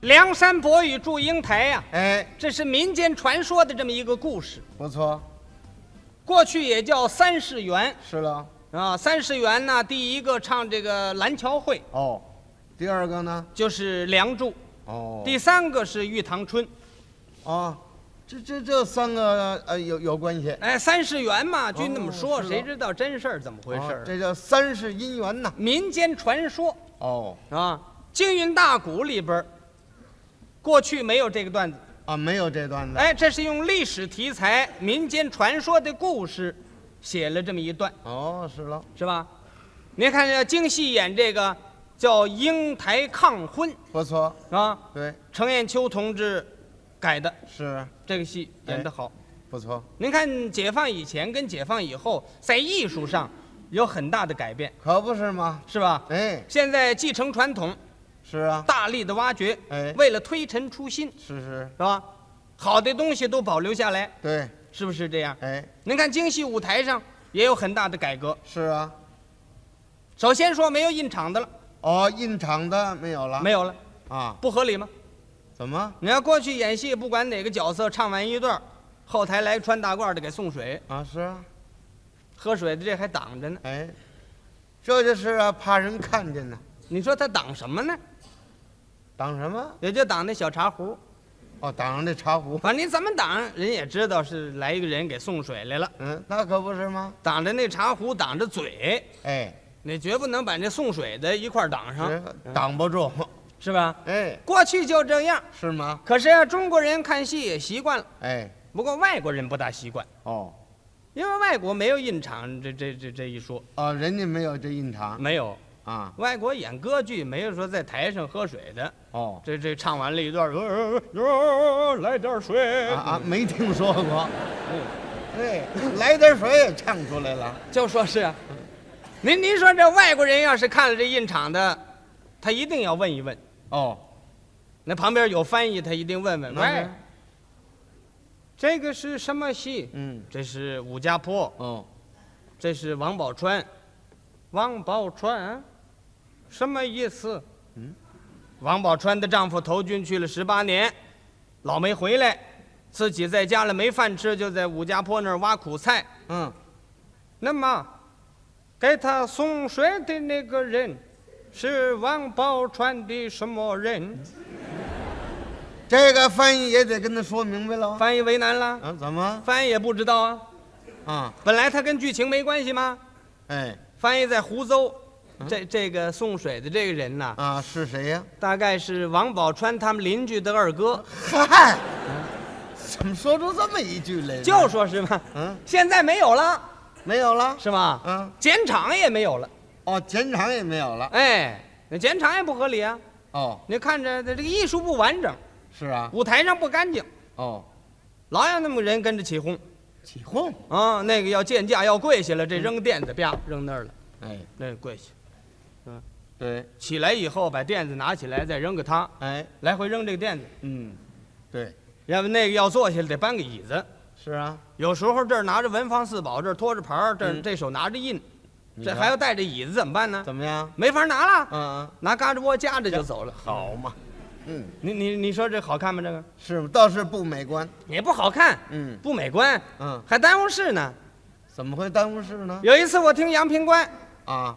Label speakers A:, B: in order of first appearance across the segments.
A: 梁山伯与祝英台呀、
B: 哎，
A: 这是民间传说的这么一个故事，
B: 不错，
A: 过去也叫三世缘
B: 是了。
A: 啊。三世缘呢，第一个唱这个兰桥会
B: 哦，第二个呢？
A: 就是《梁祝》，
B: 哦，
A: 第三个是《玉堂春》。
B: 啊，这这这三个呃有有关系，
A: 哎，三世缘嘛，据那么说，
B: 是啊
A: 谁知道哦真事儿怎么回事
B: 啊
A: 儿？
B: 这叫三世姻缘呐。
A: 民间传说
B: 哦，
A: 啊，《京韵大鼓》里边儿过去没有这个段子。
B: 啊，没有这段子。
A: 哎，这是用历史题材、民间传说的故事，写了这么一段，
B: 哦，是了。
A: 是吧？您看这京戏演这个叫《英台抗婚
B: 不错，》
A: 啊，
B: 对，
A: 程砚秋同志改的
B: 是
A: 这个戏演得好。
B: 不错，
A: 您看解放以前跟解放以后，在艺术上有很大的改变，
B: 可不是吗？
A: 是吧？
B: 哎，
A: 现在继承传统，
B: 是啊，
A: 大力的挖掘，
B: 哎
A: 为了推陈出新，
B: 是是，
A: 是吧？好的东西都保留下来，
B: 对，
A: 是不是这样？
B: 哎，
A: 您看京戏舞台上也有很大的改革。
B: 是啊。
A: 首先说没有印厂的了，
B: 哦，印厂的没有了，
A: 没有了，
B: 啊？
A: 不合理吗？
B: 怎么
A: 你要过去演戏，不管哪个角色唱完一段儿，后台来穿大褂的给送水，
B: 啊？是啊，
A: 喝水的这还挡着呢。
B: 哎，这就是啊，怕人看见呢，
A: 你说他挡什么呢？
B: 挡什么？
A: 也就挡那小茶壶。
B: 哦，挡上这茶壶，
A: 反正你怎么挡，人也知道是来一个人给送水来了。
B: 嗯，那可不是吗？
A: 挡着那茶壶，挡着嘴，
B: 哎，
A: 你绝不能把那送水的一块儿挡上，
B: 是挡不 住，
A: 是吧？
B: 哎，
A: 过去就这样。
B: 是吗？
A: 可是啊，中国人看戏也习惯了，
B: 哎，
A: 不过外国人不大习惯，
B: 哦，
A: 因为外国没有印厂这这这这一说，
B: 哦，人家没有这印厂
A: 没有。
B: 啊，
A: 外国演歌剧没有说在台上喝水的，
B: 哦，
A: 这这唱完了一段，呃哟来点水
B: 啊 啊，没听说过，
A: 嗯
B: 对，来点水也唱出来了，
A: 就说是啊。您您说这外国人要是看了这印场的，他一定要问一问。
B: 哦，
A: 那旁边有翻译，他一定问问。
B: 那
A: 喂
B: 是，
A: 这个是什么戏？
B: 嗯，
A: 这是武家坡，
B: 哦，
A: 这是王宝钏。王宝钏，啊什么意思？
B: 嗯，
A: 王宝钏的丈夫投军去了十八年，老没回来，自己在家里没饭吃，就在武家坡那儿挖苦菜。
B: 嗯，
A: 那么，给他送水的那个人，是王宝钏的什么人？
B: 这个翻译也得跟他说明白了啊，
A: 翻译为难了，
B: 啊，怎么
A: 翻译也不知道啊。
B: 啊？
A: 本来它跟剧情没关系吗？
B: 哎，
A: 翻译在湖州，这这个送水的这个人呐、
B: 啊，是谁呀？
A: 大概是王宝钏他们邻居的二 哥，
B: 哎嗨，怎么说出这么一句来呢？
A: 就说是嘛，
B: 嗯，
A: 现在没有了，
B: 没有了，
A: 是吗？
B: 嗯，
A: 剪厂也没有了，
B: 哦，剪厂也没有了，
A: 哎，那剪厂也不合理啊！
B: 哦，
A: 你看着这这个艺术不完整，
B: 是啊，
A: 舞台上不干净，
B: 哦，
A: 老有那么人跟着起哄
B: 起哄，
A: 啊，那个要见架要跪下了，
B: 嗯
A: 这扔垫子啪扔那儿了，
B: 哎，
A: 那跪下，
B: 对，
A: 起来以后把垫子拿起来再扔给他，
B: 哎，
A: 来回扔这个垫子，
B: 嗯，对，
A: 要不那个要坐下了得搬个椅子。
B: 是啊，
A: 有时候这儿拿着文房四宝，这儿托着牌儿，这儿
B: 嗯
A: 这手拿着印，
B: 你
A: 这
B: 看
A: 还要带着椅子，怎么办呢？
B: 怎么样？
A: 没法拿了，
B: 嗯，
A: 拿嘎吱窝夹着就走了。
B: 好嘛，嗯，
A: 你你你说这好看吗？这个
B: 是吗倒是不美观，
A: 也不好看，
B: 嗯
A: 不美观，
B: 嗯，
A: 还耽误事呢。
B: 怎么会耽误事呢？
A: 有一次我听杨平官，
B: 啊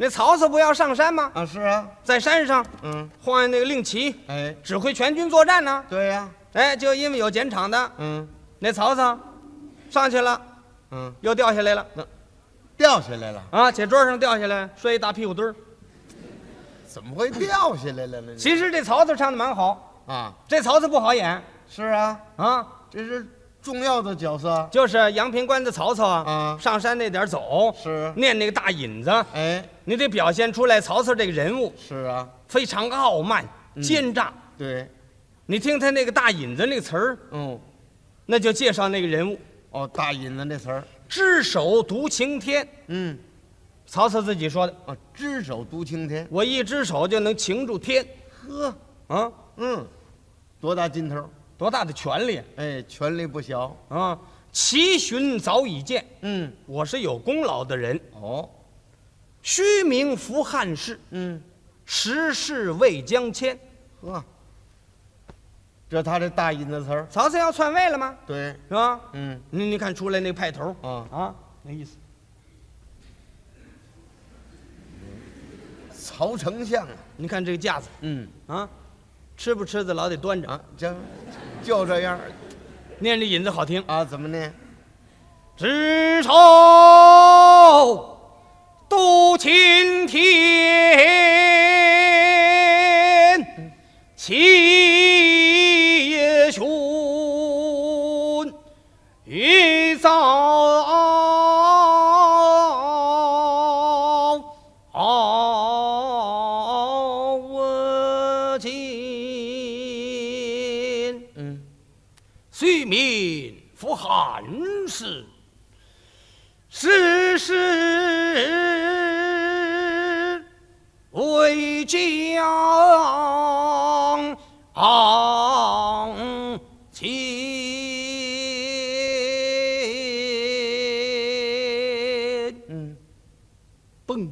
A: 那曹操不要上山吗？
B: 啊，是啊，
A: 在山上
B: 嗯，
A: 晃悠那个令旗，
B: 哎，
A: 指挥全军作战呢。
B: 对呀、
A: 哎，就因为有剪场的，
B: 嗯
A: 那曹操上去了，
B: 嗯，
A: 又掉下来了
B: 掉下来了，
A: 啊，且桌上掉下来，摔一大屁股墩儿。
B: 怎么会掉下来了呢？
A: 其实这曹操唱的蛮好，
B: 啊，
A: 这曹操不好演
B: 是啊，
A: 啊。
B: 这是重要的角色，
A: 就是杨平关的曹操啊，
B: 啊
A: 上山那点儿走，
B: 是，啊
A: 念那个大引子，
B: 哎，
A: 你得表现出来曹操这个人物
B: 是啊，
A: 非常傲慢、奸诈。
B: 对，
A: 你听他那个大引子那个词儿，
B: 嗯，
A: 那就介绍那个人物，
B: 哦，大引子这词儿，
A: 只手独擎天。
B: 嗯，
A: 曹操自己说的，
B: 啊，只手独擎天，
A: 我一只手就能擎住天
B: 呵，
A: 啊，
B: 嗯，多大劲头？
A: 多大的权力
B: 哎，权力不小，
A: 啊！其勋早已见，
B: 嗯，
A: 我是有功劳的人，
B: 哦，
A: 虚名服汉室，
B: 嗯，
A: 实事未将迁。
B: 呵，这他这大引子词儿，
A: 曹操要篡位了吗？
B: 对，
A: 是吧？
B: 嗯，
A: 你你看出来那个派头
B: 啊
A: 啊，那意思。
B: 曹丞相啊，
A: 你看这个架子
B: 嗯
A: 啊，吃不吃的老得端着，
B: 啊，就就这样
A: 念着引子好听。
B: 啊，怎么呢？
A: 只愁渡青天，气雄一早我尽。
B: 嗯，
A: 虽民服寒士，世事为将啊亲。
B: 嗯，
A: 蹦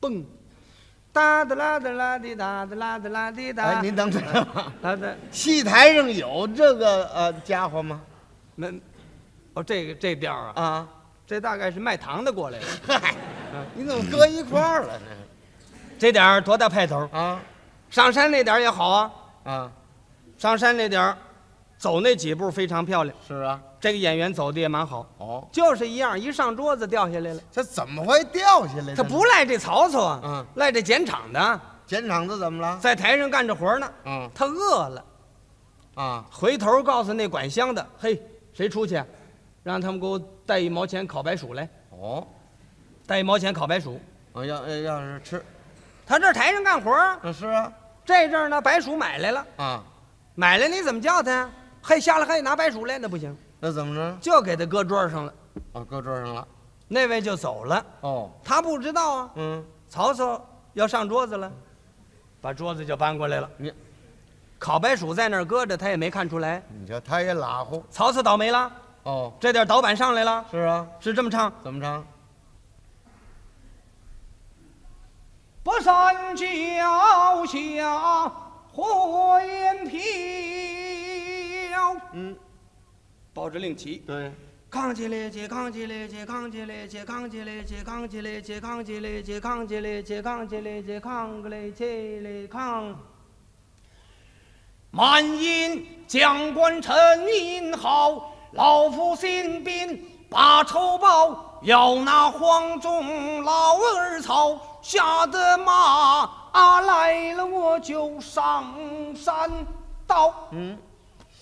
A: 蹦，哒哒啦哒啦滴哒哒啦哒啦滴哒。
B: 哎，您等等 啊，
A: 啊的
B: 戏台上有这个呃家伙吗？
A: 那，哦，这个这调儿啊。
B: 啊，
A: 这大概是卖糖的过来的，
B: 嗨，你怎么搁一块儿了呢？
A: 这点儿多大派头？
B: 啊
A: 上山那点儿也好啊，
B: 啊，
A: 上山那点儿，走那几步非常漂亮，
B: 是啊，
A: 这个演员走的也蛮好，
B: 哦，
A: 就是一样，一上桌子掉下来了。
B: 这怎么会掉下来的呢？
A: 他不赖这曹操啊，
B: 嗯
A: 赖这剪场的，
B: 剪场子怎么了？
A: 在台上干着活呢，
B: 嗯
A: 他饿了，
B: 啊，
A: 回头告诉那管香的，嘿，谁出去啊、让他们给我带一毛钱烤白薯来，
B: 哦，
A: 带一毛钱烤白薯。
B: 啊要要要是吃，
A: 他这台上干活啊，
B: 那是啊
A: 这阵儿呢白薯买来了，
B: 啊，
A: 买来你怎么叫他呀？嘿，下来嘿，拿白薯来，那不行。
B: 那怎么着？
A: 就给他搁桌上了。
B: 哦，搁桌上了。
A: 那位就走了，
B: 哦，
A: 他不知道啊。
B: 嗯，
A: 曹操要上桌子了，把桌子就搬过来了。
B: 你
A: 烤白薯在那儿搁着，他也没看出来。
B: 你瞧，他也拉乎。
A: 曹操倒霉了，
B: 哦，
A: 这点导板上来了，
B: 是啊，
A: 是这么唱：
B: 怎么着？
A: 不善脚下火焰飘，
B: 嗯，
A: 抱着令旗，
B: 对，
A: 扛起来，起扛起来，起扛起来，起扛起来，起扛起来，起扛起来，起扛起来，起扛起来，起扛起来，起来扛。满饮将官陈英豪，老夫新兵把仇报，要那黄忠老二曹，吓得马啊来了我就上山刀。
B: 嗯，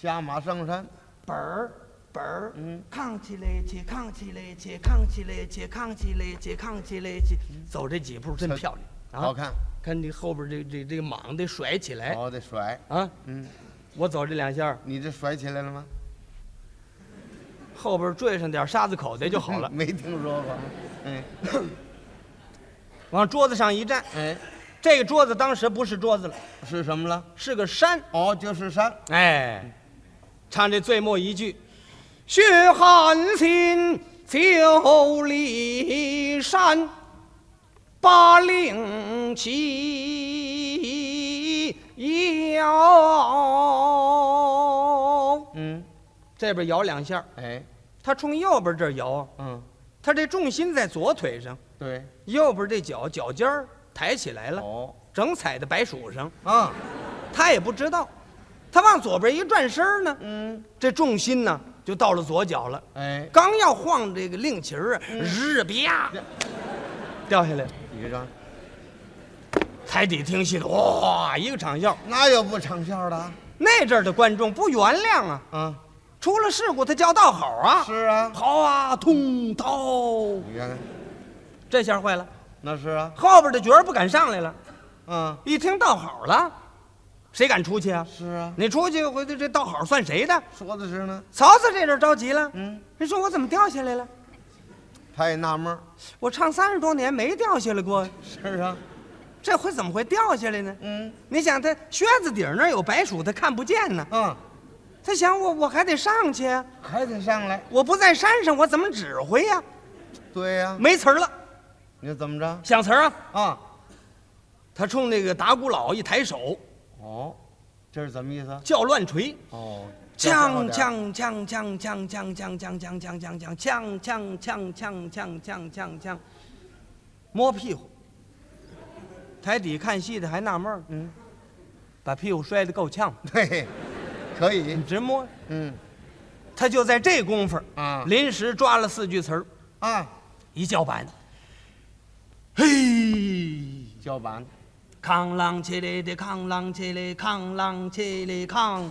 B: 下马上山。
A: 本儿本儿，
B: 嗯，
A: 扛起来去，扛起来去，扛起来去，扛起来去，扛起来去。走这几步真
B: 真
A: 漂亮，啊
B: 好。看，
A: 看这后边这这这个蟒得甩起来
B: 好得甩。
A: 啊！
B: 嗯，
A: 我走这两下儿，
B: 你这甩起来了吗？
A: 后边坠上点沙子口袋就好了
B: 嗯。没听说 过。哎
A: 往桌子上一站，
B: 哎，
A: 这个桌子当时不是桌子了，
B: 是什么了？
A: 是个山。
B: 哦，就是山。
A: 哎，唱这最末一句：“血汗心，九里山，八令旗摇。
B: 嗯，”
A: 这边摇两下，
B: 哎，
A: 他冲右边这儿摇啊，
B: 嗯，
A: 他这重心在左腿上，
B: 对。
A: 右边这脚脚尖儿抬起来了，
B: 哦，
A: 整踩在白薯上，
B: 啊，
A: 他也不知道，他往左边一转身儿呢。
B: 嗯，
A: 这重心呢就到了左脚了，
B: 哎，
A: 刚要晃这个令旗儿啊，
B: 嗯
A: 日啪
B: 这，
A: 掉下来了。
B: 你这
A: 台底听戏的哇一个场笑，
B: 哪有不唱笑的啊？
A: 那阵儿的观众不原谅啊，
B: 啊，
A: 出了事故他叫道好啊，
B: 是啊。
A: 好啊，通涛，
B: 你看看，
A: 这下坏了，
B: 那是啊。
A: 后边的角儿不敢上来了，
B: 啊，
A: 一听道好了，谁敢出去啊？
B: 是啊。
A: 你出去回头这道好算谁的？
B: 说的是呢。
A: 曹操这阵儿着急了，
B: 嗯，
A: 人说我怎么掉下来了？
B: 他也纳闷儿。
A: 我唱三十多年没掉下来过，
B: 是啊。
A: 这回怎么会掉下来呢？
B: 嗯，
A: 你想他靴子底儿那儿有白薯，他看不见呢。
B: 啊，
A: 他想我我还得上去啊，
B: 还得上来。
A: 我不在山上我怎么指挥呀、
B: 对呀、
A: 没词儿了，
B: 你怎么着？
A: 想词儿啊！
B: 嗯啊，
A: 他冲那个打鼓佬一抬手，
B: 哦，这是怎么意思？
A: 叫乱锤。
B: 哦，
A: 锵锵锵锵锵锵锵锵锵锵锵锵锵锵锵锵锵锵锵锵，摸屁股。台底看戏的还纳闷儿，
B: 嗯，
A: 把屁股摔得够呛，
B: 对，可以
A: 你，直摸。
B: 嗯
A: 他就在这功夫儿
B: 啊
A: 临时抓了四句词儿，
B: 啊，
A: 一叫板，嘿。
B: 叫板，
A: 扛啷起来的扛啷起来，扛啷起来扛。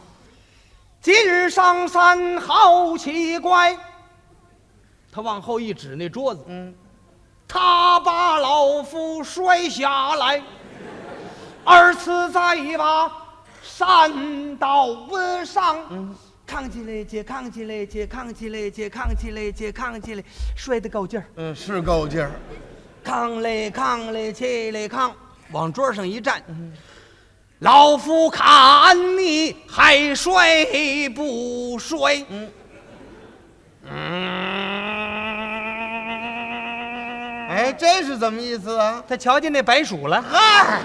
A: 今日上山好奇怪。他往后一指那桌子，
B: 嗯，
A: 他把老夫摔下来，二次再把山倒上。扛起来，姐，扛起来，姐，扛起来，姐，扛起来，姐，扛起来，摔得够劲儿。
B: 嗯，是够劲儿，
A: 扛嘞扛嘞，起嘞扛，往桌上一站，老夫砍你还摔不摔？
B: 嗯，
A: 嗯，
B: 哎，这是怎么意思啊？啊
A: 他瞧见那白鼠了，
B: 嗨，